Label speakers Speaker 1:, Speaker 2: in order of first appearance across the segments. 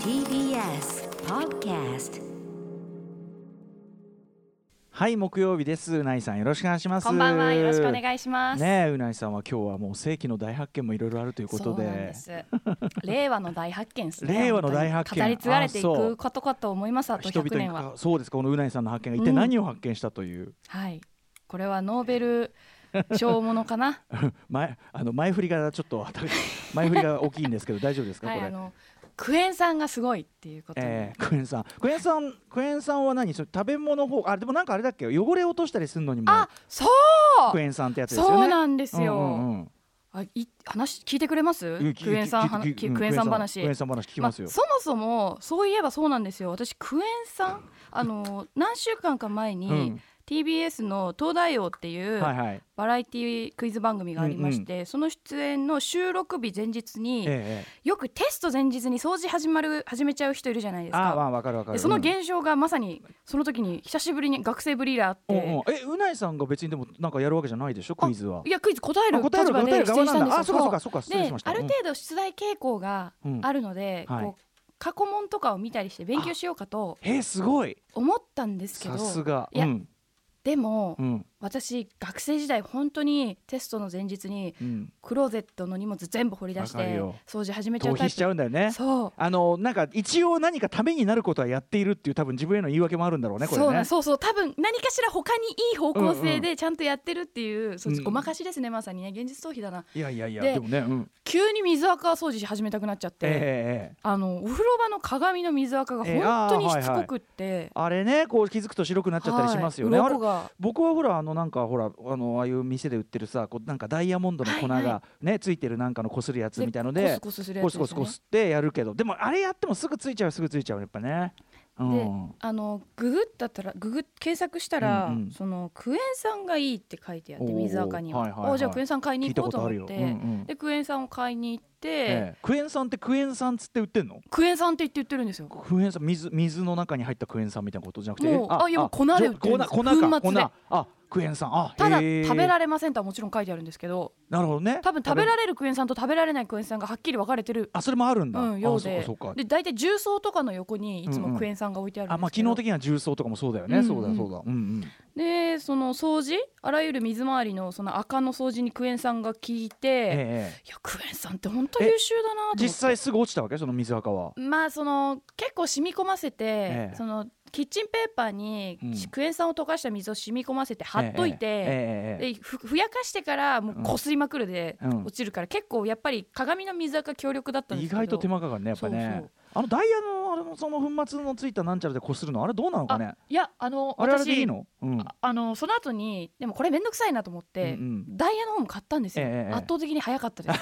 Speaker 1: TBS Podcast
Speaker 2: はい木曜日ですうないさんよろしくお願いします
Speaker 3: こんばんは、よろしくお願いします。
Speaker 2: ねえうないさんは今日はもう世紀の大発見もいろいろあるというこ
Speaker 3: そ
Speaker 2: と
Speaker 3: うなん
Speaker 2: で
Speaker 3: です。令和の大発 見ですね。
Speaker 2: 令和の大発見
Speaker 3: 本当に語り継がれてい
Speaker 2: あそう
Speaker 3: くことかと思います。あと
Speaker 2: 人
Speaker 3: 100
Speaker 2: 々に
Speaker 3: 年は。
Speaker 2: かそうですこのうないさんの発見が一体何を発見したという、
Speaker 3: はい。これはノーベル賞もの かな。
Speaker 2: 前あの前振りがちょっとあた 前振りが大きいんですけど大丈夫ですか、
Speaker 3: はい、
Speaker 2: こ
Speaker 3: あ
Speaker 2: れ。
Speaker 3: のクエン酸がすごいっていうことに。
Speaker 2: えー、クエン酸クエン酸クエン酸は何それ食べ物方あでもなんかあれだっけ汚れ落としたりするのにも
Speaker 3: あ、そう、
Speaker 2: クエン酸ってやつですよね
Speaker 3: そうなんですよ。
Speaker 2: うんうんうん
Speaker 3: あ、い話聞いてくれます？
Speaker 2: うんき
Speaker 3: クエン酸は
Speaker 2: き
Speaker 3: な
Speaker 2: き
Speaker 3: きクエン酸話。
Speaker 2: クエン酸話聞きますよ、
Speaker 3: そもそもそういえばそうなんですよ。私クエン酸あの何週間か前に、
Speaker 2: うん
Speaker 3: TBS の東大王っていう。
Speaker 2: はいはい
Speaker 3: バラエティクイズ番組がありまして、その出演の収録日前日に、
Speaker 2: ええ
Speaker 3: よくテスト前日に掃除始まる始めちゃう人いるじゃないです
Speaker 2: あーま
Speaker 3: か。
Speaker 2: あわかるわか
Speaker 3: で
Speaker 2: る
Speaker 3: その
Speaker 2: うん
Speaker 3: 現象がまさにその時に久しぶりに学生ぶりがあっ
Speaker 2: うん
Speaker 3: て、
Speaker 2: うんえうないさんが別にでもなんかやるわけじゃないでしょクイズはい
Speaker 3: やクイズ答える
Speaker 2: あ答え
Speaker 3: 立
Speaker 2: る
Speaker 3: 場
Speaker 2: 答え
Speaker 3: で
Speaker 2: る
Speaker 3: 出
Speaker 2: 側
Speaker 3: 演し
Speaker 2: なん
Speaker 3: たんで
Speaker 2: だあ
Speaker 3: す
Speaker 2: そうかそうかそ
Speaker 3: よ。
Speaker 2: うか失礼し
Speaker 3: で
Speaker 2: ました
Speaker 3: ある程度出題傾向があるので、
Speaker 2: うんはい
Speaker 3: こう過去問とかを見たりして勉強しようかと
Speaker 2: うん、えすごい
Speaker 3: 思ったんですけど
Speaker 2: さすが
Speaker 3: いや
Speaker 2: うん
Speaker 3: でも、
Speaker 2: うん
Speaker 3: 私学生時代本当にテストの前日に
Speaker 2: うん
Speaker 3: クローゼットの荷物全部掘り出し
Speaker 2: わかる
Speaker 3: て
Speaker 2: よ
Speaker 3: 掃除始めちゃ
Speaker 2: 逃
Speaker 3: うタ
Speaker 2: 避
Speaker 3: イ
Speaker 2: しちゃ
Speaker 3: プ
Speaker 2: うんだよね
Speaker 3: そう
Speaker 2: あのなんか一応何かためになることはやっているっていう多分自分への言い訳もあるんだろうねこれ
Speaker 3: そう
Speaker 2: ね
Speaker 3: なそうそう多分何かしら他にいい方向性でちゃんとやってるっていう,、そう
Speaker 2: うん
Speaker 3: ごまかしですねまさにね現実逃避だない
Speaker 2: やいやいやで
Speaker 3: で
Speaker 2: もねうん
Speaker 3: 急に水垢掃除し始めたくなっちゃって、
Speaker 2: ええええ
Speaker 3: あのお風呂場の鏡の水垢が
Speaker 2: ええあ
Speaker 3: 本
Speaker 2: ー
Speaker 3: 当にしつこくって、
Speaker 2: あれねこう気づくと白くなっちゃったりしますよね、
Speaker 3: はい
Speaker 2: あれ
Speaker 3: 鱗が
Speaker 2: 僕はほらあのなんかほらあのああいう店で売ってるさこうなんかダイヤモンドの粉が
Speaker 3: は
Speaker 2: ね、
Speaker 3: いは
Speaker 2: ついてるなんかのこするやつみたいの
Speaker 3: コ
Speaker 2: で
Speaker 3: スコスするや
Speaker 2: こ
Speaker 3: つです
Speaker 2: す
Speaker 3: よ
Speaker 2: こ
Speaker 3: ね
Speaker 2: すこすってやるけどでもあれやってもすぐついちゃうすぐついちゃうやっぱねうん
Speaker 3: あのググったったらググ検索したら、
Speaker 2: うんうん
Speaker 3: そのクエン酸がいいって書いてあって
Speaker 2: おー
Speaker 3: 水垢には,、
Speaker 2: はいはいはい
Speaker 3: あじゃあクエン酸買い
Speaker 2: 聞
Speaker 3: に
Speaker 2: い
Speaker 3: 行
Speaker 2: たこ
Speaker 3: こうと
Speaker 2: とある
Speaker 3: 思
Speaker 2: よ、う
Speaker 3: っ
Speaker 2: ん
Speaker 3: て、
Speaker 2: うん
Speaker 3: でクエン酸を買いに行って、
Speaker 2: ええクエン酸ってクエン酸っつって売ってんの
Speaker 3: クエン酸って言って言ってるんですよ
Speaker 2: クエン酸水水の中に入ったクエン酸みたいなことじゃなくて
Speaker 3: もう
Speaker 2: え
Speaker 3: あいやもう粉で売ってる
Speaker 2: 粉
Speaker 3: んです
Speaker 2: 粉か
Speaker 3: 粉末で
Speaker 2: 粉あクエン酸あ
Speaker 3: ただ
Speaker 2: へー
Speaker 3: 食べられませんとはもちろん書いてあるんですけど
Speaker 2: なるほどね
Speaker 3: 多分食べられるクエン酸と食べられないクエン酸がはっきり分かれてる、
Speaker 2: あそれもあるんだ、
Speaker 3: うん、ようで
Speaker 2: あそうかそうか
Speaker 3: で大体重曹とかの横にいつもクエン酸が置いてある
Speaker 2: あ
Speaker 3: んで
Speaker 2: ますあ
Speaker 3: け
Speaker 2: 機
Speaker 3: ど、
Speaker 2: 能的には重曹とかもそうだよね、
Speaker 3: うんうん
Speaker 2: そうだそうだうんうん
Speaker 3: でその掃除あらゆる水回りのその垢の掃除にクエン酸が効いて、
Speaker 2: ええええ
Speaker 3: いやクエン酸って本当優秀だなと思って
Speaker 2: 実際すぐ落ちたわけその水垢は
Speaker 3: まあその結構染み込ませて、
Speaker 2: ええ
Speaker 3: そのキッチンペーパーに
Speaker 2: うん
Speaker 3: クエン酸を溶かした水を染み込ませて貼っといて、
Speaker 2: ええええええ
Speaker 3: でふふやかしてからもうこすりまくるで
Speaker 2: うん
Speaker 3: 落ちるから、結構やっぱり鏡の水垢強力だったんです
Speaker 2: 意
Speaker 3: けど
Speaker 2: 外と手間かかるねやっぱね
Speaker 3: そうそう
Speaker 2: あのダイヤのあれのその粉末のついたなんちゃらでこするのあれどうなのかね
Speaker 3: いやあの
Speaker 2: あれあれでいい
Speaker 3: 私
Speaker 2: の、うん、
Speaker 3: ああのその後にでもこれめんどくさいなと思って、
Speaker 2: うんうん
Speaker 3: ダイヤの方も買ったんですよ、
Speaker 2: ええええ
Speaker 3: 圧倒的に早かったです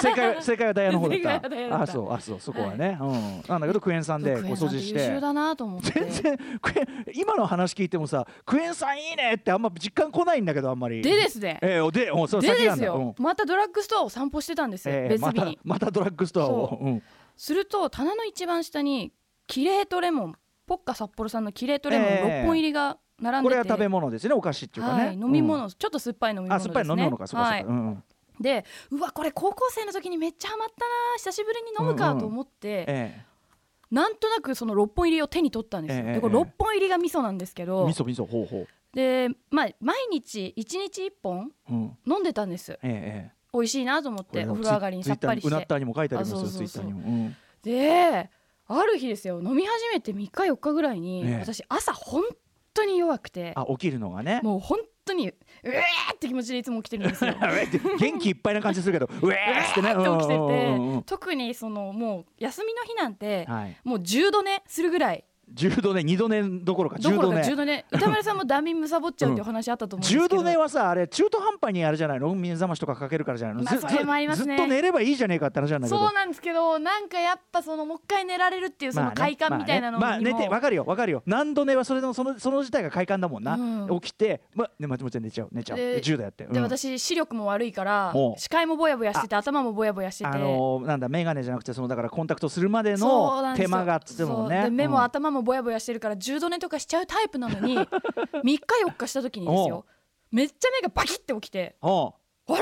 Speaker 2: 正解は 正解はダイヤの方だっ
Speaker 3: 正解
Speaker 2: た
Speaker 3: はダイヤだった
Speaker 2: あそうあそうそこはね、うん なんだけどクエン酸でお
Speaker 3: クエン
Speaker 2: 掃
Speaker 3: 酸っ
Speaker 2: 除
Speaker 3: て優
Speaker 2: して
Speaker 3: 秀だなと思って
Speaker 2: 全然クエン今の話聞いてもさクエン酸いいねってあんま実感来ないんだけどあんまり
Speaker 3: でですね
Speaker 2: ええおでおそれ
Speaker 3: で
Speaker 2: 先
Speaker 3: で
Speaker 2: なん
Speaker 3: す
Speaker 2: だ
Speaker 3: よ、またドラッグストアを散歩してたんです
Speaker 2: うん
Speaker 3: よ、
Speaker 2: ええ
Speaker 3: 別
Speaker 2: ま
Speaker 3: 日
Speaker 2: た
Speaker 3: に
Speaker 2: またドラッグストアをうん
Speaker 3: すると棚の一番下にキレートレモンポッカ札幌産のキレートレモン
Speaker 2: ええ
Speaker 3: 6本入りが並ん
Speaker 2: こ
Speaker 3: で
Speaker 2: れ
Speaker 3: て、
Speaker 2: は食べ物ですよねお菓子っていうかね、
Speaker 3: はい、飲み
Speaker 2: うん
Speaker 3: 物、ちょっと酸っぱい飲み物
Speaker 2: あ
Speaker 3: です
Speaker 2: 酸っ
Speaker 3: ね
Speaker 2: ぱい飲み物かそうかそうか、うんうん
Speaker 3: い、でうわこれ高校生の時にめっちゃハマったな久しぶりに飲む
Speaker 2: うん
Speaker 3: か
Speaker 2: うん
Speaker 3: と思って、
Speaker 2: ええ
Speaker 3: なんとなくその6本入りを手に取ったんですよ、
Speaker 2: ええ
Speaker 3: でこれ
Speaker 2: ええ
Speaker 3: 6本入りが味噌なんですけど
Speaker 2: 味噌味噌ほうほ
Speaker 3: で、まあ、毎日1日1本
Speaker 2: う、うん、
Speaker 3: 飲んでたんです
Speaker 2: ええええ
Speaker 3: 美味しいなと思っ
Speaker 2: これ
Speaker 3: てお風呂上がりにさっぱりし
Speaker 2: ツイッターにうな
Speaker 3: て
Speaker 2: ったにも書いてありますよ
Speaker 3: あそうそうそう
Speaker 2: ツイッターにも、うん
Speaker 3: である日ですよ飲み始めて3日4日ぐらいに、
Speaker 2: ええ
Speaker 3: 私朝本当に弱くて
Speaker 2: あ起きるのがね
Speaker 3: もう本当にうえーって気持ちでいつも起きてるんですよ。
Speaker 2: あえって 元気いっぱいな感じするけどうえーっつってね
Speaker 3: うえーって起きてて
Speaker 2: うんうんうんうん
Speaker 3: 特にそのもう休みの日なんて、
Speaker 2: はい、
Speaker 3: もう10度寝するぐらい
Speaker 2: 10度ね2度ねどころか
Speaker 3: ど
Speaker 2: 10
Speaker 3: ころ
Speaker 2: 度
Speaker 3: か
Speaker 2: ね
Speaker 3: 10度寝歌丸さんもダーミンむさぼっちゃうって いうお話あったと思うんです
Speaker 2: 10
Speaker 3: けど、
Speaker 2: 度寝はさあれ中途半端にあれじゃないの目覚ましとかかけるからじゃないの、
Speaker 3: まあ
Speaker 2: ず
Speaker 3: それもありますね
Speaker 2: ずっと寝ればいいじゃねえかって話なんだけど
Speaker 3: そうなんですけどなんかやっぱそのもう一回寝られるっていうその快感みたいなのにも、
Speaker 2: まあね、まあねまあ寝てわかるよわかるよ何度寝はそれでもそのその自体が快感だもんな、
Speaker 3: うん
Speaker 2: 起きてまねまちまち寝ちゃう寝ちゃう
Speaker 3: で
Speaker 2: 10度やって、うん
Speaker 3: で私視力も悪いから
Speaker 2: おう
Speaker 3: 視界もぼやぼやしてて頭もぼやぼやしてて、
Speaker 2: あのーなんだ眼鏡じゃなくてそのだからコンタクトするまで
Speaker 3: そうな
Speaker 2: の
Speaker 3: んです
Speaker 2: 手
Speaker 3: よ
Speaker 2: 間がっつっても
Speaker 3: そう
Speaker 2: ね
Speaker 3: で目も
Speaker 2: うん
Speaker 3: 頭もぼやぼやしてるから10度寝とかしちゃうタイプなのに3日4日した時にですよめっちゃ目がバキって起きて
Speaker 2: おう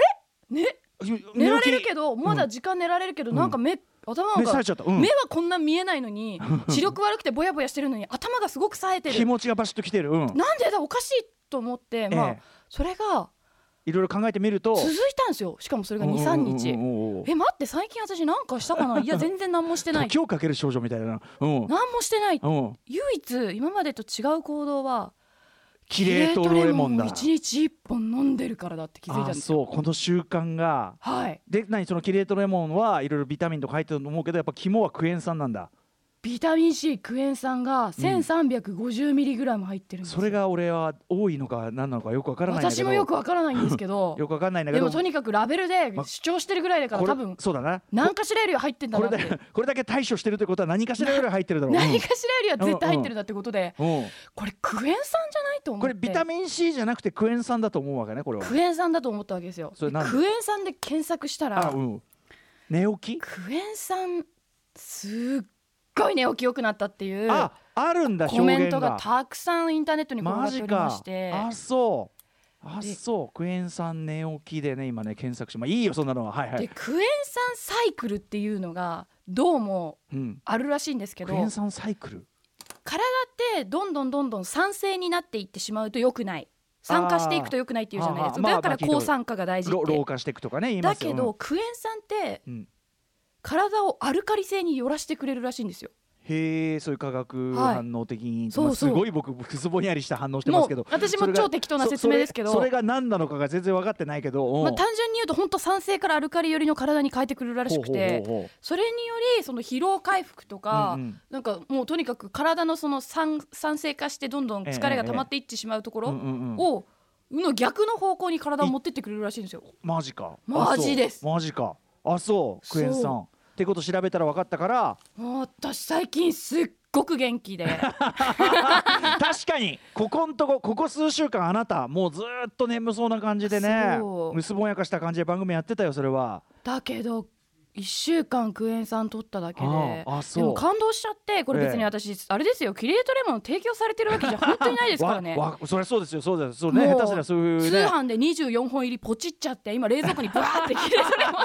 Speaker 3: ね
Speaker 2: ゆ
Speaker 3: 寝ら
Speaker 2: 起き
Speaker 3: れるけどまだ時間寝られるけど、
Speaker 2: うん
Speaker 3: なんか目頭
Speaker 2: 目
Speaker 3: が、
Speaker 2: 冴えちゃった、うん
Speaker 3: 目、はこんな見えないのに視力悪くてぼやぼやしてるのに頭がすごく冴えて
Speaker 2: 気
Speaker 3: る
Speaker 2: 持ちがバシッときてる、うん、
Speaker 3: なんでだおかしいと思って、まあ
Speaker 2: ええ
Speaker 3: それが
Speaker 2: いろいろ考えてみると
Speaker 3: 続いたんですよしかもそれが23日、
Speaker 2: うんうんうんうんうん
Speaker 3: え待って最近私なんかした かないや全然何もしてない
Speaker 2: 時をかける少女みたいな、うん
Speaker 3: 何もしてない
Speaker 2: うん、
Speaker 3: 唯一今までと違う行動は
Speaker 2: キレートレモンだ
Speaker 3: キレートレモンを一日一本飲んでるからだって気づいたん
Speaker 2: あ
Speaker 3: ですよ
Speaker 2: そうこの習慣が
Speaker 3: はい
Speaker 2: で何そのキレートレモンはいろいろビタミンとか入ってると思うけどやっぱ肝はクエン酸なんだ
Speaker 3: ビタミン C クエン酸が 1350mg 入ってるんですよ
Speaker 2: それが俺は多いのか何なのかよくわからないんだけど
Speaker 3: 私もよくわからないんですけど
Speaker 2: よくわかんないんだけ
Speaker 3: で
Speaker 2: ど
Speaker 3: もとにかくラベルで
Speaker 2: ま
Speaker 3: 主張してるぐらいだから
Speaker 2: これ
Speaker 3: 多分
Speaker 2: そうだな
Speaker 3: 何かしらよりは入ってんだ
Speaker 2: こ
Speaker 3: なっ
Speaker 2: れ
Speaker 3: て
Speaker 2: だ これだけ対処してるってことは何かしらより入ってるだろう、
Speaker 3: 何かしらよりは絶対入ってるなってことで
Speaker 2: うんうん
Speaker 3: これクエン酸じゃないと思っ
Speaker 2: こ
Speaker 3: て
Speaker 2: れビタミン C じゃなくてクエン酸だと思うわけねこれは
Speaker 3: クエン酸だと思ったわけですよ
Speaker 2: それなんで
Speaker 3: クエン酸で検索した
Speaker 2: あ
Speaker 3: ら
Speaker 2: うん寝起き
Speaker 3: クエン酸すっごいね起きよくなったっていう
Speaker 2: ああるんだ表
Speaker 3: コメン
Speaker 2: 現
Speaker 3: トが
Speaker 2: が
Speaker 3: たくさんインターネットに転が
Speaker 2: マ
Speaker 3: って
Speaker 2: ジ
Speaker 3: おりまし
Speaker 2: か
Speaker 3: て
Speaker 2: あそうあ
Speaker 3: で
Speaker 2: そうクエン酸寝起きでね今ね検索してまあいいよそんなのははいは
Speaker 3: で
Speaker 2: い、
Speaker 3: クエン酸サイクルっていうのがどうも
Speaker 2: うん、
Speaker 3: あるらしいんですけ
Speaker 2: ク
Speaker 3: ど
Speaker 2: エン酸サイクル
Speaker 3: 体ってどんどんどんどん酸性になっていってしまうと良くない酸化していくと良くないっていうじゃないで
Speaker 2: あ
Speaker 3: す
Speaker 2: ー
Speaker 3: か
Speaker 2: まあ
Speaker 3: だか
Speaker 2: ま
Speaker 3: ら
Speaker 2: あ聞いたこと
Speaker 3: 抗酸化が大事っ
Speaker 2: ろ
Speaker 3: て
Speaker 2: 老化していくとかね言いま
Speaker 3: だ
Speaker 2: すよ
Speaker 3: けど、クエン酸って
Speaker 2: うんうん
Speaker 3: 体をアルカリ性に寄らしてくれるらしいんですよ
Speaker 2: へえそういう化学
Speaker 3: はい
Speaker 2: 反応的に、
Speaker 3: そう
Speaker 2: まあす
Speaker 3: そう
Speaker 2: ごい僕くすぼんやりした反応してま
Speaker 3: も
Speaker 2: すけ
Speaker 3: う
Speaker 2: ど
Speaker 3: 私
Speaker 2: そ
Speaker 3: も
Speaker 2: れが
Speaker 3: 超適当な説明ですけど
Speaker 2: そそれそれが何なのかが全然分かってないけど、うん
Speaker 3: まあ、単純に言うと本当酸性からアルカリ寄りの体に変えてくれるらしく
Speaker 2: ほう
Speaker 3: て
Speaker 2: ほうほうほう
Speaker 3: それによりその疲労回復とか、
Speaker 2: うんうん
Speaker 3: なんかもうとにかく体のその酸酸性化してどんどん疲れが溜まっていってしまうところ
Speaker 2: うんうんうん
Speaker 3: をの逆の方向に体を持ってってくれるらしいんですよ。
Speaker 2: マジか
Speaker 3: マジです
Speaker 2: あそうマジかあそうクエン酸
Speaker 3: そ
Speaker 2: ってこと調べたら分かったから
Speaker 3: もう私最近すっごく元気で
Speaker 2: 確かにここんとこここ数週間あなたもうずーっと眠そうな感じでね
Speaker 3: そう
Speaker 2: むすぼんやかした感じで番組やってたよそれは
Speaker 3: だけど1週間クエン酸取っただけで
Speaker 2: ああそう
Speaker 3: でも感動しちゃってこれ別に私、あれですよキレートレモン提供されてるわけじゃ本当にないですからね。
Speaker 2: わわそりゃそうですよそうですそうね
Speaker 3: もう
Speaker 2: 下手すりゃそういう
Speaker 3: 通
Speaker 2: ね
Speaker 3: 販で24本入りポチっちゃって今冷蔵庫にブワーっ てキレートレモン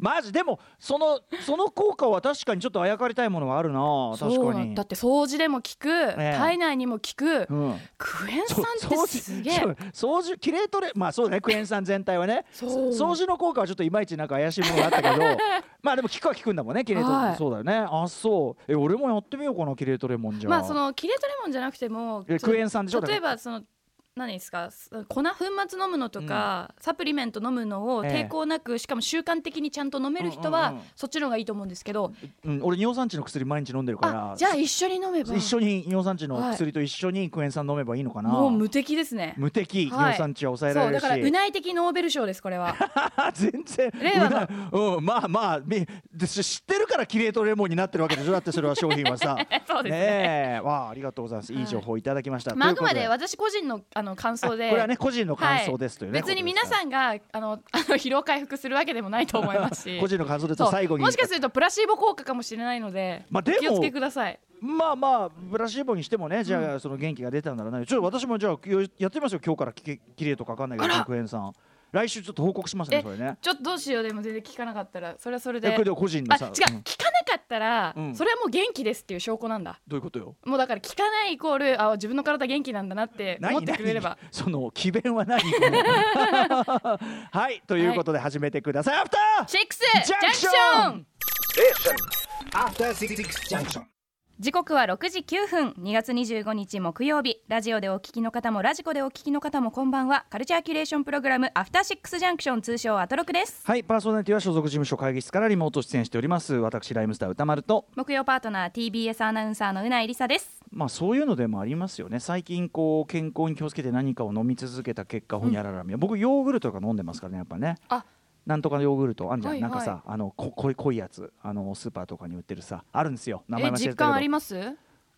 Speaker 2: マジでもそのその効果は確かにちょっとあやかりたいものはあるな確
Speaker 3: そう
Speaker 2: か
Speaker 3: なん
Speaker 2: に
Speaker 3: だって掃除でも効く、
Speaker 2: え
Speaker 3: 体内にも効く、
Speaker 2: うん
Speaker 3: クエン
Speaker 2: そ
Speaker 3: 酸
Speaker 2: う
Speaker 3: ってすげえ
Speaker 2: そうそう掃除キレートレまあそうだねクエン酸全体はね
Speaker 3: そう
Speaker 2: 掃除の効果はちょっといまいちなんか怪しいものがあ ったけどまあでも効くは効くんだもんねキレートレモン、
Speaker 3: はい
Speaker 2: そうだよねあそうえ俺もやってみようかなキレートレモンじゃ
Speaker 3: まあそのキレートレモンじゃなくても
Speaker 2: えクエン酸でしょだから
Speaker 3: 例えばその何ですかす粉粉末飲むのとか、サプリメント飲むのを
Speaker 2: ええ
Speaker 3: 抵抗なく、しかも習慣的にちゃんと飲める人
Speaker 2: う
Speaker 3: は、
Speaker 2: んうんうん
Speaker 3: そっちの方がいいと思うんですけど
Speaker 2: うん、俺尿酸値の薬毎日飲んでるから
Speaker 3: あじゃあ一緒に飲めば
Speaker 2: 一緒に尿酸値の
Speaker 3: はい
Speaker 2: 薬と一緒にクエン酸飲めばいいのかな、
Speaker 3: もう無敵ですね。
Speaker 2: 無敵、
Speaker 3: は
Speaker 2: 尿
Speaker 3: い
Speaker 2: 酸値は抑えら
Speaker 3: そう
Speaker 2: れる
Speaker 3: だ
Speaker 2: し
Speaker 3: からうない的ノーベル賞ですこ れは
Speaker 2: あ 全然
Speaker 3: 令和の
Speaker 2: うなうんまあまあみでし知ってるからキレートレモンになってるわけでしょだってそれは商品は さ
Speaker 3: そうですね
Speaker 2: ねえわあありがとうございますいい情報いただきました、
Speaker 3: まああく
Speaker 2: というこ
Speaker 3: ま
Speaker 2: と
Speaker 3: で私個人のあの感想で
Speaker 2: これはね個人の感想ですというね、
Speaker 3: 別に皆
Speaker 2: ん
Speaker 3: さんがあの あの疲労回復するわけでもないと思います し
Speaker 2: 個人の感想です
Speaker 3: そ
Speaker 2: と
Speaker 3: う
Speaker 2: 最後に
Speaker 3: もしかするとプラシーボ効果かもしれないので,、
Speaker 2: まあでも
Speaker 3: 気をつけください
Speaker 2: まあまあブラシーボにしてもねじゃあその元気が出たんならないちょっと私もじゃあよやってみますよ今日からきききれいとかわかんないけど
Speaker 3: あら
Speaker 2: 100円さん来週ちょっと報告しますね
Speaker 3: え
Speaker 2: それね
Speaker 3: ちょっとどうしようでも全然聞かなかったらそれはそれで
Speaker 2: えこれで個人
Speaker 3: あ
Speaker 2: の
Speaker 3: 違
Speaker 2: さ
Speaker 3: う、聞か
Speaker 2: う
Speaker 3: なんかったら、
Speaker 2: うん
Speaker 3: それはもう元気ですっていう証拠なんだ
Speaker 2: どういうことよ
Speaker 3: もうだから聞かないイコールあ自分の体元気なんだなって思ってくれれば
Speaker 2: 何その詭弁は何 はいということで始めてください、アフター
Speaker 3: シックス
Speaker 2: ジ
Speaker 3: ジ
Speaker 2: ャ
Speaker 3: ャ
Speaker 2: ン
Speaker 3: ン
Speaker 2: ク
Speaker 3: ク
Speaker 2: シ
Speaker 3: シ
Speaker 2: ョン
Speaker 3: ョン
Speaker 4: After Six Junction.
Speaker 3: 時刻は6時9分2月25日木曜日ラジオでお聞きの方もラジコでお聞きの方もこんばんはカルチャーキュレーションプログラムアフターシックスジャンクション通称アトロクです
Speaker 2: はいパーソナリティは所属事務所会議室からリモート出演しております私ライムスター歌丸と
Speaker 3: 木曜パートナー TBS アナウンサーのうないりさです
Speaker 2: まあそういうのでもありますよね最近こう健康に気をつけて何かを飲み続けた結果ほにゃららみ、僕ヨーグルトとか飲んでますからねやっぱね
Speaker 3: あ
Speaker 2: なんとかヨーグルトあんじゃん、
Speaker 3: はいはい
Speaker 2: なんかさあのこ濃い濃いやつあのスーパーとかに売ってるさあるんですよ名前
Speaker 3: え
Speaker 2: 間違えてた
Speaker 3: 実
Speaker 2: けど
Speaker 3: 感あります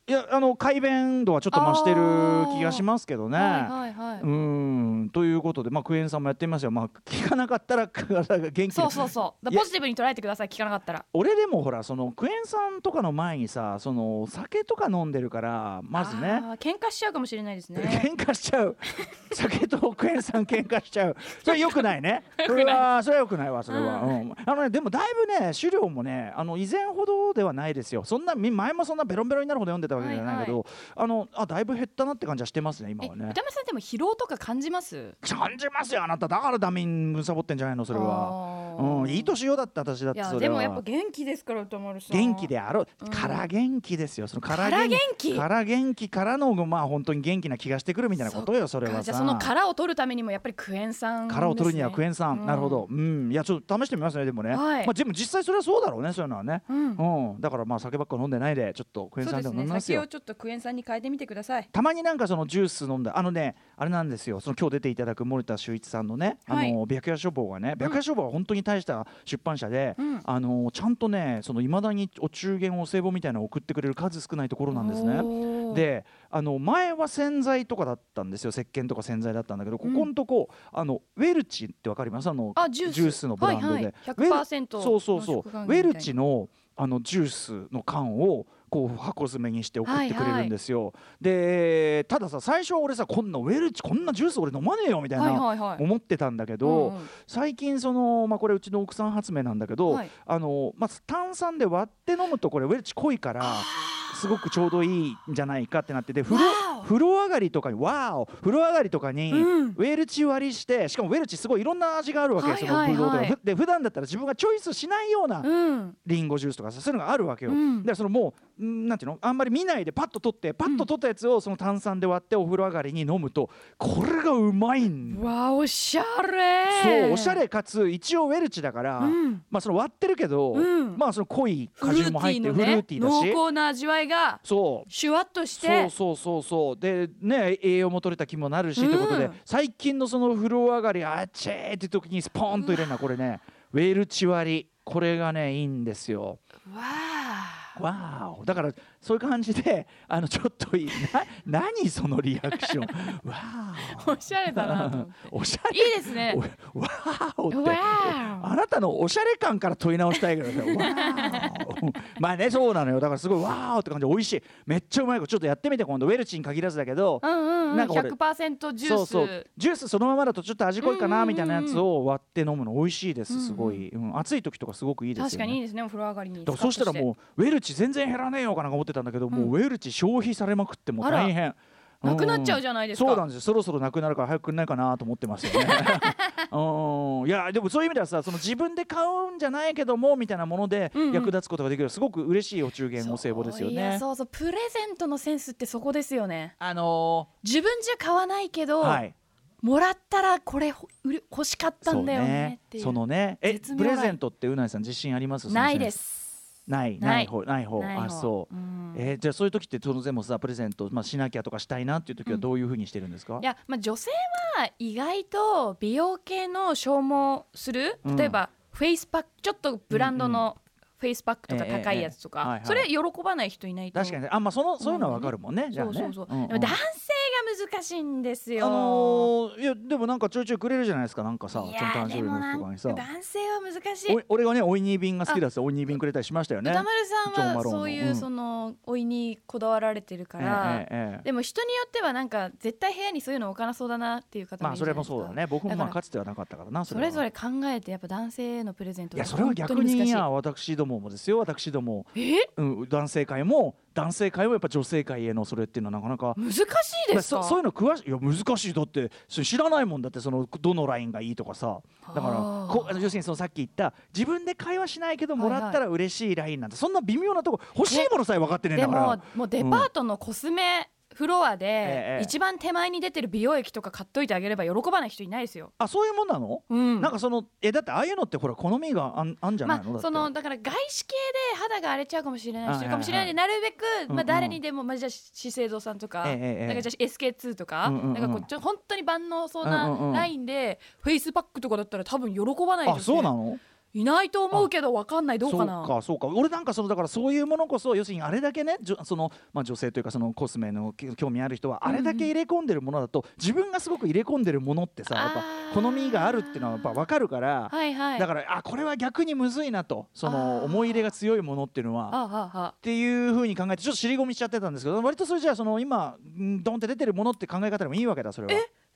Speaker 2: いやあの改便度はちょっと増してる気がしますけどね。
Speaker 3: はいはいは
Speaker 2: う
Speaker 3: い。
Speaker 2: ーんということで、まあ、クエン酸もやってみますよ、まあ、聞かなかったら 体が元気
Speaker 3: そうそうそう。だ
Speaker 2: いや
Speaker 3: ポジティブに捉えてください。聞かなかったら。
Speaker 2: 俺でもほらそのクエン酸とかの前にさその酒とか飲んでるからまずね
Speaker 3: あー。喧嘩しちゃうかもしれないですね。
Speaker 2: 喧嘩しちゃ う酒とクエン酸喧嘩しちゃうそれよくないねそれはそれはよくないわそれは、うんあのねでもだいぶね資料もねあの以前ほどではないですよそんなみ前もそんなベロンベロンになるほど読んでたわけじゃないけど、あのあだいぶ減ったなって感じはしてますね今
Speaker 3: え、
Speaker 2: は
Speaker 3: 歌
Speaker 2: ね
Speaker 3: 丸さんでも疲労とか感じます？
Speaker 2: 感じますよあなただからダミンむさぼってんじゃないのそれは
Speaker 3: あー
Speaker 2: うんいい年よだって私だっ
Speaker 3: い
Speaker 2: て
Speaker 3: や
Speaker 2: それ
Speaker 3: でも
Speaker 2: は
Speaker 3: やっぱ元気ですから歌丸さん。
Speaker 2: 元気。であろう、
Speaker 3: うん
Speaker 2: から元気ですよそのから
Speaker 3: から元気
Speaker 2: から元気からのまあ本当に元気な気がしてくるみたいなことよそれはさ
Speaker 3: じゃあその殻を取るためにもやっぱりクエン酸、
Speaker 2: 殻を取るにはクエン酸、
Speaker 3: うん
Speaker 2: なるほど、うん、いやちょっと試してみますねでもね、
Speaker 3: はい
Speaker 2: まあでも実際それはそうだろうねそういうのはね、
Speaker 3: うん
Speaker 2: うん、だからまあ酒ばっか飲んでないでちょっとクエン
Speaker 3: そ
Speaker 2: 酸
Speaker 3: うで
Speaker 2: ですも飲
Speaker 3: ね
Speaker 2: みます
Speaker 3: 酒
Speaker 2: よ
Speaker 3: をちょっとクエン酸に変えてみてください
Speaker 2: たまになんかそのジュース飲んだあのねあれなんですよその今日出ていただく森田修一さんのね、
Speaker 3: はい
Speaker 2: あの白夜処方がね白夜処方は本当に大した出版社で、
Speaker 3: うん
Speaker 2: あのちゃんとねその未だにお中元お歳暮みたいなのを送ってくれる数少ないところなんですね。
Speaker 3: おー
Speaker 2: であの前は洗剤とかだったんですよ石鹸とか洗剤だったんだけどここのとこ、あのウェルチってわかりますあの
Speaker 3: あジュース
Speaker 2: のブランドで、
Speaker 3: はいはい
Speaker 2: ウェル
Speaker 3: 100%
Speaker 2: そうそうそう
Speaker 3: 濃縮
Speaker 2: ウ
Speaker 3: 還元
Speaker 2: ェ
Speaker 3: みたい
Speaker 2: ル
Speaker 3: な
Speaker 2: チのあのジュースの缶をこう箱詰めにして送ってくれるんですよ、でたださ最初は俺さこんなウェルチこんなジュース俺飲まねえよみたい
Speaker 3: はい
Speaker 2: な
Speaker 3: はいはい
Speaker 2: 思ってたんだけど、
Speaker 3: うんうん
Speaker 2: 最近その、まあ、これうちの奥さん発明なんだけど、
Speaker 3: はい
Speaker 2: あのまあ、炭酸で割って飲むとこれウェルチ濃いからすごくちょうどいいんじゃないかってなってで風
Speaker 3: わー
Speaker 2: 呂
Speaker 3: お
Speaker 2: 風呂上がりとかにわーお風呂上がりとかに、
Speaker 3: うん
Speaker 2: ウェルチ割りしてしかもウェルチすごいいろんな味があるわけよ、
Speaker 3: は
Speaker 2: そ
Speaker 3: い
Speaker 2: の
Speaker 3: はい
Speaker 2: ブドウとか、
Speaker 3: はい
Speaker 2: ふで普段だったら自分がチョイスしないような
Speaker 3: うん
Speaker 2: リンゴジュースとかさそういうのがあるわけよ、
Speaker 3: うん
Speaker 2: だからそのもうんなんていうのあんまり見ないでパッと取ってパッと取ったやつをその炭酸で割ってお風呂上がりに飲むとこれがうまいんだよ
Speaker 3: うわおしゃれ
Speaker 2: そうおしゃれかつ一応ウェルチだから、
Speaker 3: うん
Speaker 2: まあその割ってるけど、
Speaker 3: うん
Speaker 2: まあその濃い
Speaker 3: フ
Speaker 2: 果
Speaker 3: ルー
Speaker 2: 汁
Speaker 3: テ
Speaker 2: も入
Speaker 3: ィー
Speaker 2: って
Speaker 3: の
Speaker 2: フル
Speaker 3: ね
Speaker 2: ーティーだし
Speaker 3: 濃厚な味わいが
Speaker 2: そう
Speaker 3: シュワッとし
Speaker 2: そ
Speaker 3: て
Speaker 2: うそうそうそうでね栄養も取れた気もなるしと
Speaker 3: うん
Speaker 2: いうことで最近のその風呂上がりあっちーって時にスポーンと入れるのはこれねウェルチ割りこれがねいいんですよ。
Speaker 3: わあ
Speaker 2: わーおだからそういう感じであのちょっといいな何そのリアクション わ
Speaker 3: おしゃれだなと思っ
Speaker 2: ー
Speaker 3: て
Speaker 2: おおしゃれ
Speaker 3: いいですね
Speaker 2: おわーおって
Speaker 3: わー
Speaker 2: あなたのおしゃれ感から問い直したいけどねわーおまあねそうなのよだからすごいわーおって感じで美味しいめっちゃうまいからちょっとやってみて今度ウェルチに限らずだけど、
Speaker 3: うんうんうん
Speaker 2: なんか俺
Speaker 3: 100%ジュース
Speaker 2: そうそうジュースそのままだとちょっと味濃いか
Speaker 3: うんうんうんう
Speaker 2: なんみたいなやつを割って飲むの美味しいで
Speaker 3: うん
Speaker 2: す
Speaker 3: うん
Speaker 2: すごい、うん、暑い時とかすごくいいです
Speaker 3: 確
Speaker 2: よ
Speaker 3: かにいい
Speaker 2: ね
Speaker 3: ですねお風呂上がり
Speaker 2: だ
Speaker 3: に
Speaker 2: からそうしたら
Speaker 3: スカッと
Speaker 2: もうウェルチ全然減らねえよかなんか思ってたんだけど、もうウェルチ消費されまくってもう
Speaker 3: あら
Speaker 2: 大変
Speaker 3: なくなっちゃ
Speaker 2: じゃ
Speaker 3: うじゃないですか
Speaker 2: そうなんですよそろそろなくなるから早くくんないかなと思ってますよ ね。うんいやでもそういう意味ではさその自分で買うんじゃないけどもみたいなもので
Speaker 3: うんうん
Speaker 2: 役立つことができるすごく嬉しいお中元お歳暮ですよ
Speaker 3: そういや
Speaker 2: ね。
Speaker 3: そうそうプレゼントのセンスってそこですよね
Speaker 2: あの
Speaker 3: 自分じゃ買わないけど、
Speaker 2: ーはい
Speaker 3: もらったらこれほうれ欲しかったんだよねっていう
Speaker 2: そのねえ
Speaker 3: 絶妙
Speaker 2: プ
Speaker 3: な
Speaker 2: レゼントってうないさん自信あります
Speaker 3: ないですす
Speaker 2: ない
Speaker 3: ない
Speaker 2: ない方ない方
Speaker 3: ない方
Speaker 2: あそう、
Speaker 3: ん
Speaker 2: えーじゃあそういう時って当然もさプレゼント、まあ、しなきゃとかしたいなっていう時はどういうふうにしてるんですか、
Speaker 3: いや、まあ、女性は意外と美容系の消耗する
Speaker 2: うん
Speaker 3: 例えば、フェイスパックちょっとブランドのフェイスパックとか
Speaker 2: ええええ
Speaker 3: 高いやつとか、
Speaker 2: はいはい
Speaker 3: それ喜ばない人いないと
Speaker 2: 確かにねあまあそのそういうのはわかるもんね、じゃあ
Speaker 3: そう
Speaker 2: ね
Speaker 3: そうそう、
Speaker 2: んん
Speaker 3: でも男性が難しいんですよ、
Speaker 2: あのーいやでもなんかちょいちょいくれるじゃないですかなんかさ
Speaker 3: い
Speaker 2: ちゃんと
Speaker 3: や
Speaker 2: 話
Speaker 3: で
Speaker 2: る
Speaker 3: もな
Speaker 2: の
Speaker 3: ん
Speaker 2: とか
Speaker 3: 男
Speaker 2: にさ
Speaker 3: 性は難しい
Speaker 2: おい俺がねおいにー瓶が好きだっつっておいにー瓶くれたりしましたよね
Speaker 3: 歌丸さんは
Speaker 2: ジョンマローンの
Speaker 3: そういううんその老いにこだわられてるから、
Speaker 2: ええええええ
Speaker 3: でも人によってはなんか絶対部屋にそういうの置かなそうだなっていう方
Speaker 2: ま
Speaker 3: もい
Speaker 2: あ
Speaker 3: るじ
Speaker 2: そ
Speaker 3: ゃな
Speaker 2: れ
Speaker 3: いで
Speaker 2: も
Speaker 3: すか
Speaker 2: そうだね僕もまあ
Speaker 3: だか
Speaker 2: かつてはなかったからな
Speaker 3: ら
Speaker 2: そ
Speaker 3: そ
Speaker 2: れは
Speaker 3: れぞれ考えてやっぱ男性へのプレゼント
Speaker 2: いやそれは逆にいや私どももですよ私ども、
Speaker 3: え
Speaker 2: うん、男性会も男性会もやっぱ女性会へのそれっていうのはなかなか
Speaker 3: 難しいです
Speaker 2: そ
Speaker 3: か
Speaker 2: そういうの詳しいいや難しいだってそ知らないもんだってそのどのラインがいいとかさだから
Speaker 3: あー
Speaker 2: こあの要するにそのさっき言った自分で会話しないけどもらったら嬉しいラインなんて、そんな微妙なとこ欲しいものさえ分かってねえん
Speaker 3: で
Speaker 2: だから
Speaker 3: ももうデパートのコスメフロア
Speaker 2: え
Speaker 3: で
Speaker 2: え
Speaker 3: 一番手前に出てる美容液とか買っといてあげれば喜ばない人いないですよ。
Speaker 2: あそういうもんなの、
Speaker 3: うん、
Speaker 2: なんかそのえだってああいうのってほら好みがあんあんじゃないの,、
Speaker 3: まあ、
Speaker 2: だ
Speaker 3: そ
Speaker 2: って
Speaker 3: のだから外資系で肌が荒れちゃうかもしれない
Speaker 2: はい
Speaker 3: 人いるかもしれないんで、なるべ
Speaker 2: ん
Speaker 3: く、
Speaker 2: うん
Speaker 3: まあ、誰にでも、まあ、じゃあ資生堂さんとか,、
Speaker 2: ええええ
Speaker 3: なんかじゃあ SK2 とか,、
Speaker 2: うんうんうん
Speaker 3: なんかこうちょ本当に万能そうな
Speaker 2: うんうんうん
Speaker 3: ラインで、フェイスパックとかだったら多分喜ばない女性
Speaker 2: あそうなの
Speaker 3: いないと思うけどわかんないどう
Speaker 2: そ
Speaker 3: か
Speaker 2: う
Speaker 3: な
Speaker 2: かそうか俺なんかそのだからそういうものこそ要するにあれだけねじょその、まあ、女性というかそのコスメのき興味ある人はあれだけ入れ込んでるものだと、自分がすごく入れ込んでるものってさやっぱ
Speaker 3: あー
Speaker 2: 好みがあるっていうのはやっぱ分かるから、
Speaker 3: はいはい
Speaker 2: だ
Speaker 3: か
Speaker 2: からあこれは逆にむずいなとそ
Speaker 3: あー
Speaker 2: の思い入れが強いものっていうのは。
Speaker 3: あはは
Speaker 2: っていうふうに考えてちょっと尻込みしちゃってたんですけど割とそれじゃあその今んドンって出てるものって考え方でもいいわけだそれ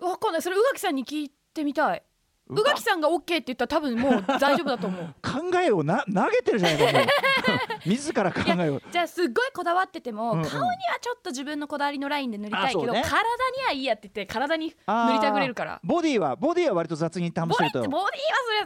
Speaker 2: は。
Speaker 3: わかんないそれ宇垣さんに聞いてみたい宇
Speaker 2: うわ
Speaker 3: 垣さんが OK って言ったら多分もう大丈夫だと思う
Speaker 2: 考えをな投げてるじゃないか もう自ら考えを。
Speaker 3: じゃあすっごいこだわってても、
Speaker 2: うんうん
Speaker 3: 顔にはちょっと自分のこだわりのラインで塗りたいけど、
Speaker 2: あそうね
Speaker 3: 体にはいいやって言って体に
Speaker 2: あー
Speaker 3: 塗りたぐれるから
Speaker 2: ボディはボディは割と雑に保
Speaker 3: ボ
Speaker 2: して
Speaker 3: ディ
Speaker 2: る
Speaker 3: ボディ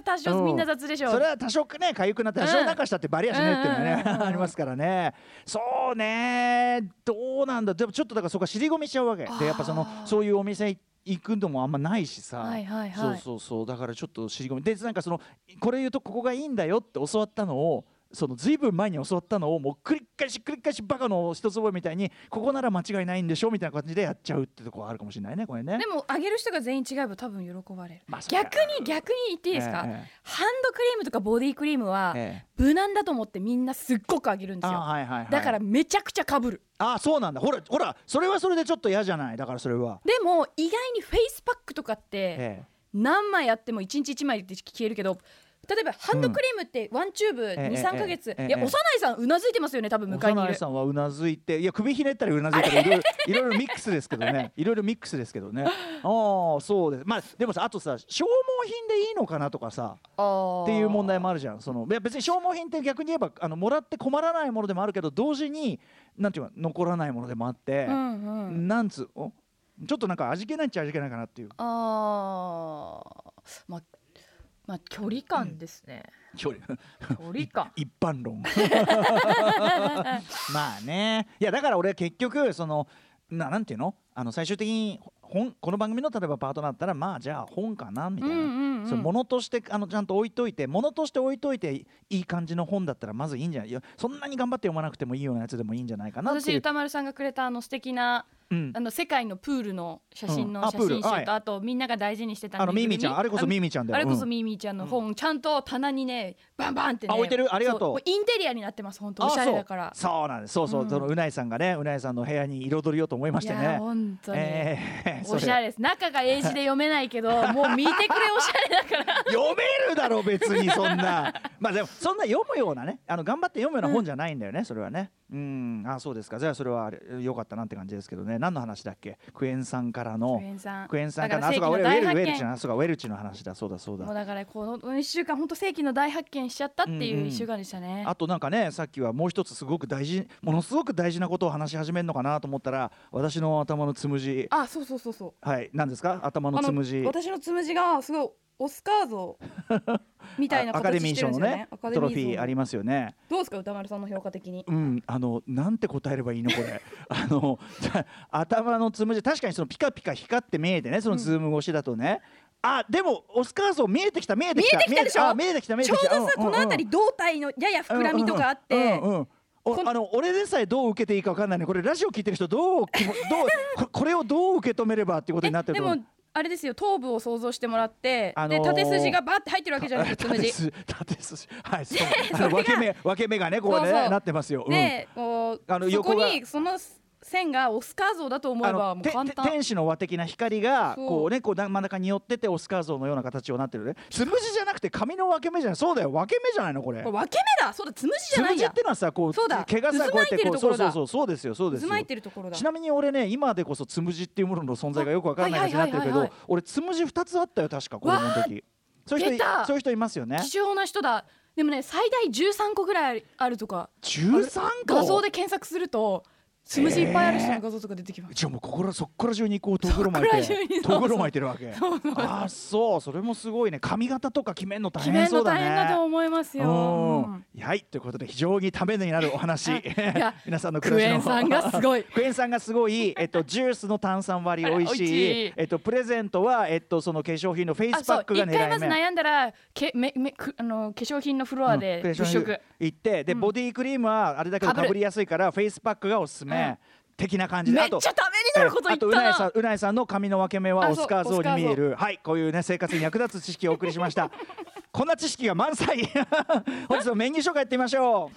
Speaker 2: と。
Speaker 3: はそれは多少
Speaker 2: うん
Speaker 3: みんな雑でしょ、
Speaker 2: それは多少ね痒くなって多少なんかしたってバリアしねえっていうのはね、
Speaker 3: うんうんうん
Speaker 2: ありますからねそうねどうなんだでもちょっとだからそこは尻込みしちゃうわけ
Speaker 3: あー
Speaker 2: でやっぱそのそういうお店行くのもあんまないしさ、
Speaker 3: はいはい
Speaker 2: そ
Speaker 3: は
Speaker 2: う
Speaker 3: い
Speaker 2: そうそうだからちょっと尻込みでなんかそのこれ言うとここがいいんだよって教わったのをそのずいぶん前に教わったのをもう繰り返し繰り返しバカの一つ覚えみたいにここなら間違いないんでしょみたいな感じでやっちゃうってとこはあるかもしれないねこれね
Speaker 3: で。もあげる人が全員違えば多分喜ばれる
Speaker 2: まあそっか
Speaker 3: 逆に逆に言っていいですか、
Speaker 2: え
Speaker 3: ハンドクリームとかボディクリームは
Speaker 2: えええ
Speaker 3: 無難だと思ってみんなすっごくあげるんです
Speaker 2: あ
Speaker 3: よ、
Speaker 2: はいはいはい、
Speaker 3: だからめちゃくちゃかぶる
Speaker 2: あそうなんだほらほらそれはそれでちょっと嫌じゃないだからそれは。
Speaker 3: でも意外にフェイスパックとかって
Speaker 2: え
Speaker 3: 何枚やっても1日1枚で消えるけど例えばハンドクリームってワンチューブ
Speaker 2: ええ
Speaker 3: 23か月、
Speaker 2: ええ
Speaker 3: いや
Speaker 2: ええ
Speaker 3: 幼いさんうなずいてますよね多分
Speaker 2: え、
Speaker 3: 向かいにい
Speaker 2: 幼
Speaker 3: る
Speaker 2: いさんはうなずいていや首ひねったりうなずいたりい ろいろいろいろミックスですけどねいろいろミックスですけどねああそうですまあでもさあとさ消耗品でいいのかなとかさ
Speaker 3: っ
Speaker 2: っていう問題もあるじゃんそのいや別に消耗品って逆に言えばあのもらって困らないものでもあるけど同時になんていうか残らないものでもあって
Speaker 3: う、んうん
Speaker 2: なんつうおちょっとなんか味気ないっちゃ味気ないかなっていう
Speaker 3: あーまあまあ距離感ですね、
Speaker 2: 距離
Speaker 3: 距離感
Speaker 2: 一般論まあねいやだから俺結局そのななんていうのあの最終的に本この番組の例えばパートナーだったらまあじゃあ本かな みたいな、
Speaker 3: うんうんうん
Speaker 2: そのものとしてあのちゃんと置いといてものとして置いといていい感じの本だったらまずいいんじゃないいやそんなに頑張って読まなくてもいいようなやつでもいいんじゃないかなって
Speaker 3: 私
Speaker 2: いう。
Speaker 3: 歌丸さんがくれたあの素敵な
Speaker 2: うん
Speaker 3: あの世界のプールの写真
Speaker 2: うん
Speaker 3: の
Speaker 2: あ
Speaker 3: 写
Speaker 2: プール
Speaker 3: 真集と、
Speaker 2: はい
Speaker 3: あとみんなが大事にしてた
Speaker 2: あのミーミーちゃんあれこそミーミーちゃんだよ
Speaker 3: あれこそ
Speaker 2: うん
Speaker 3: ミーミーちゃんの本、ちゃんと棚にねバンバンってね
Speaker 2: あ置いてるありがとう
Speaker 3: そもインテリアになってます本当おしゃれだから
Speaker 2: あそうそうなんですそうそう、
Speaker 3: うん
Speaker 2: そのうないさんがねうないさんの部屋に彩りようと思いまして
Speaker 3: いや
Speaker 2: ね
Speaker 3: 本当に、
Speaker 2: えーそ
Speaker 3: お
Speaker 2: れ
Speaker 3: しゃれです中が英字で読めないけどもう見てくれおしゃれだから
Speaker 2: 読めるだろ別にそん なまあでもそんな読むようなねあの頑張って読むような本じゃないんだよね、それはねうんあそうですかじゃあそれはあれよかったなって感じですけどね何の話だっけクエン酸からの
Speaker 3: クエン酸
Speaker 2: クエン酸
Speaker 3: だ
Speaker 2: か
Speaker 3: から
Speaker 2: らあそうか俺
Speaker 3: 世紀の
Speaker 2: ウェ
Speaker 3: 大
Speaker 2: ルウ
Speaker 3: 発
Speaker 2: ェ
Speaker 3: 見
Speaker 2: ルチのあそうかウェルチの話だそうだそう
Speaker 3: もう
Speaker 2: だ
Speaker 3: だからこの一週間本当世紀の大発見しちゃったって
Speaker 2: うん
Speaker 3: いう
Speaker 2: うん
Speaker 3: 一週間でしたね、
Speaker 2: あとなんかねさっきはもう一つすごく大事ものすごく大事なことを話し始めるのかなと思ったら私の頭のつむじ
Speaker 3: あそうそうそうそう
Speaker 2: はい何ですか頭のつむじ
Speaker 3: 私のつむじがすごいオスカー像みたいな
Speaker 2: あアカ
Speaker 3: 形
Speaker 2: デミ
Speaker 3: し
Speaker 2: ー
Speaker 3: てる
Speaker 2: 賞の
Speaker 3: んですよね
Speaker 2: ねトロフィーあり
Speaker 3: ま
Speaker 2: ますよね
Speaker 3: どうですか歌丸さんの評価的に
Speaker 2: うん、あのなんて答えればいいのこれ あのた頭のつむじ確かにそのピカピカ光って見えてねそのズーム越しだとね、あでもオスカー像見えてきた見えてきた
Speaker 3: 見えてきたでしょ
Speaker 2: 見えてきた見え
Speaker 3: ち
Speaker 2: て
Speaker 3: ょ
Speaker 2: き
Speaker 3: う
Speaker 2: た
Speaker 3: どさこの辺り胴体のやや膨らみとかあって
Speaker 2: うんうんうんお
Speaker 3: この
Speaker 2: あの俺でさえどう受けていいか分かんないねこれラジオ聞いてる人どうきもどうここれをどう受け止めればってことになってる
Speaker 3: で
Speaker 2: と思
Speaker 3: も
Speaker 2: う
Speaker 3: あれですよ頭部を想像してもらって
Speaker 2: あの
Speaker 3: で
Speaker 2: ー
Speaker 3: 縦筋がバーって入ってるわけじゃないですかつ む
Speaker 2: 縦
Speaker 3: じ
Speaker 2: 筋縦筋はいそうあ
Speaker 3: そ
Speaker 2: の
Speaker 3: れが
Speaker 2: 分け目分け目がねこうね
Speaker 3: そうそう
Speaker 2: なってますよ、うん
Speaker 3: でこう
Speaker 2: あの
Speaker 3: そこ
Speaker 2: 横が
Speaker 3: にその線がオスカー像だと思えば
Speaker 2: あ
Speaker 3: も
Speaker 2: の
Speaker 3: う簡
Speaker 2: てて
Speaker 3: 単
Speaker 2: 天使の輪的な光が
Speaker 3: そう
Speaker 2: こうねこうな真ん中に寄っててオスカー像のような形をなってるねつむじじゃなくて髪の分け目じゃないそうだよ分け目じゃないのこれ
Speaker 3: これ分け目だそうだつむじじ
Speaker 2: つ
Speaker 3: ゃな
Speaker 2: む
Speaker 3: い
Speaker 2: じ
Speaker 3: や
Speaker 2: ってのはさこう
Speaker 3: そうだ
Speaker 2: 毛がさ
Speaker 3: 渦
Speaker 2: こうやっ
Speaker 3: 巻いて
Speaker 2: て
Speaker 3: る
Speaker 2: こう
Speaker 3: とこ
Speaker 2: そう
Speaker 3: ろ
Speaker 2: そ
Speaker 3: だ
Speaker 2: うそうそうですよそうです
Speaker 3: 渦
Speaker 2: よ
Speaker 3: 巻いてるところだ
Speaker 2: ちなみに俺ね今でこそつむじっていうものの存在がよくわからない感じになってるけ
Speaker 3: あはいはいはい
Speaker 2: ど俺つむじ2つあったよ確か子供の時そういう
Speaker 3: 出
Speaker 2: 人
Speaker 3: た
Speaker 2: そういう人いますよね
Speaker 3: 希少な人だでもね最大13個ぐらいあるとか
Speaker 2: 13個
Speaker 3: 画像で検索するとつむじいっぱいある人の画像とか出てきます、
Speaker 2: じゃあもうここらそこから中にこうとぐろ巻い
Speaker 3: そっから中に
Speaker 2: て
Speaker 3: そうそ
Speaker 2: と
Speaker 3: う
Speaker 2: ぐろ巻いてるわけああそうそれもすごいね髪型とか決めんの大
Speaker 3: 決め
Speaker 2: 変
Speaker 3: ん
Speaker 2: そ
Speaker 3: の
Speaker 2: うだね
Speaker 3: 大変だと思いますよ、うん
Speaker 2: うんはいということで非常にためになるお 話
Speaker 3: や
Speaker 2: 皆さんの暮
Speaker 3: ク
Speaker 2: らし
Speaker 3: エ
Speaker 2: の
Speaker 3: ン酸がすごい
Speaker 2: クエン酸がすごい、えっ と、ジュースの炭酸割り美味し
Speaker 3: あ美味し
Speaker 2: い
Speaker 3: い
Speaker 2: えっと、プレゼントは、えっと、その化粧品のフェイ
Speaker 3: あ
Speaker 2: スパ
Speaker 3: そう
Speaker 2: ック
Speaker 3: 一
Speaker 2: が
Speaker 3: 回ま
Speaker 2: 狙い
Speaker 3: ず
Speaker 2: 目
Speaker 3: 悩んだらけめめくあの化粧品のフロ
Speaker 2: う
Speaker 3: ア
Speaker 2: ん
Speaker 3: で
Speaker 2: 化
Speaker 3: 物
Speaker 2: 粧品
Speaker 3: 色、
Speaker 2: 行ってで、ボディクリームはあれだけど
Speaker 3: 被
Speaker 2: か
Speaker 3: る
Speaker 2: ぶりやすいからフェイスパックがおすすめ、
Speaker 3: うん
Speaker 2: 的な感じで
Speaker 3: めっ
Speaker 2: あと
Speaker 3: ちゃためになること言った
Speaker 2: えあとうな
Speaker 3: な
Speaker 2: えさんうなえさんの髪の分け目は
Speaker 3: あ
Speaker 2: オ
Speaker 3: そう
Speaker 2: スカー像
Speaker 3: オスカー
Speaker 2: に
Speaker 3: 像
Speaker 2: 見えるはいこういうね生活に役立つ知識をお送りしました こんな知識が満載 本日のメニュー紹介いってみましょう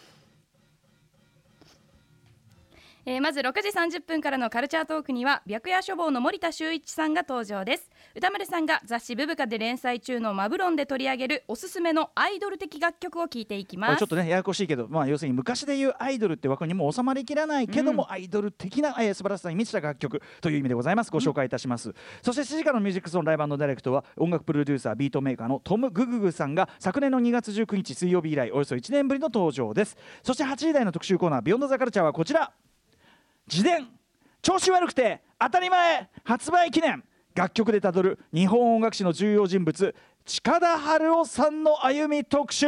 Speaker 3: えーまず6時30分からのカルチャートークには白夜書房の森田修一さんが登場です歌丸さんが雑誌「ブブカ」で連載中のマブロンで取り上げるおすすめのアイドル的楽曲を聞いていき
Speaker 2: ま
Speaker 3: ま
Speaker 2: あちょっ
Speaker 3: す
Speaker 2: とねややこしいけど、まあ、要するに昔でいうアイドルって枠にも収まりきらないけども、アイドル的な、えー、素晴らしさに満ちた楽曲という意味でございますご紹介いたします、そして7時からのミュージックゾーンライブダイレクトは音楽プロデューサービートメーカーのトム・グググさんが昨年の2月19日水曜日以来およそ1年ぶりの登場ですそして8時台の特集コーナー「ビヨンドザカルチャーはこちら自伝調子悪くて当たり前発売記念楽曲でたどる日本音楽史の重要人物近田春夫さんの歩み特集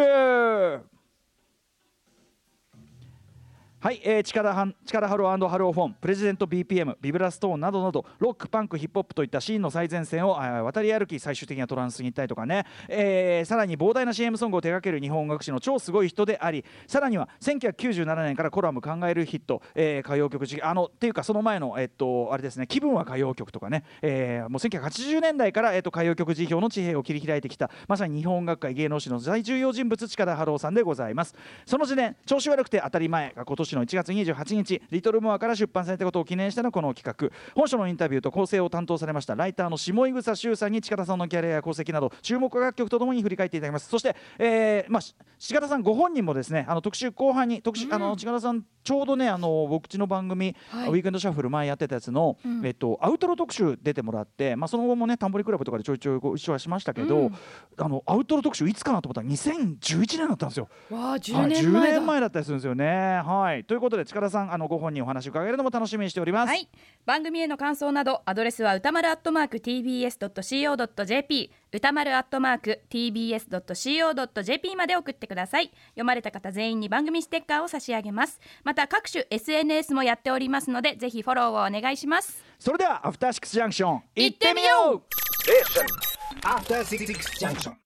Speaker 2: はい、えー、力はん力ハローハローフォンプレジデント BPM ビブラストーンなどなどロックパンクヒップホップといったシーンの最前線をあー渡り歩き最終的にはトランスに行ったりとかね、えーさらに膨大な CM ソングを手掛ける日本音楽史の超すごい人でありさらには1997年からコラム「考えるヒット」えー歌謡曲時期あのっていうかその前のえっとあれですね「気分は歌謡曲」とかね、えーもう1980年代から、えっと歌謡曲辞表の地平を切り開いてきたまさに日本音楽界芸能史の最重要人物近田春夫さんでございますその時点調子悪くて当たり前が今年の1月28日リトルモアから出版されたことを記念してのこの企画本書のインタビューと構成を担当されましたライターの下井草修さんに近田さんのキャリアや功績など注目楽曲とともに振り返っていただきますそして、えーまあ、し近田さんご本人もですねあの特集後半に特集、あの近田さんちょうどねあの僕ちの番組、ウィークエンドシャッフル前やってたやつの、えっと、アウトロ特集出てもらって、まあ、その後もねタンボリクラブとかでちょいちょいご一緒はしましたけど、あのアウトロ特集いつかなと思ったら2011年だったんですよ。
Speaker 5: わあ10
Speaker 2: はい
Speaker 5: 年前だ、
Speaker 2: 10だったりするんですよね。はい、ということで近田さんあのご本人お話伺えるのも楽しみにしております。
Speaker 3: はい、番組への感想などアドレスは歌丸アットマーク TBS.CO.JP 歌丸アットマーク TBS.CO.JP まで送ってください読まれた方全員に番組ステッカーを差し上げますまた各種 SNS もやっておりますのでぜひフォローをお願いします
Speaker 2: それではアフターシックスジャンクション
Speaker 3: 行ってみ
Speaker 2: う
Speaker 3: よ
Speaker 4: Station. After Six Junction.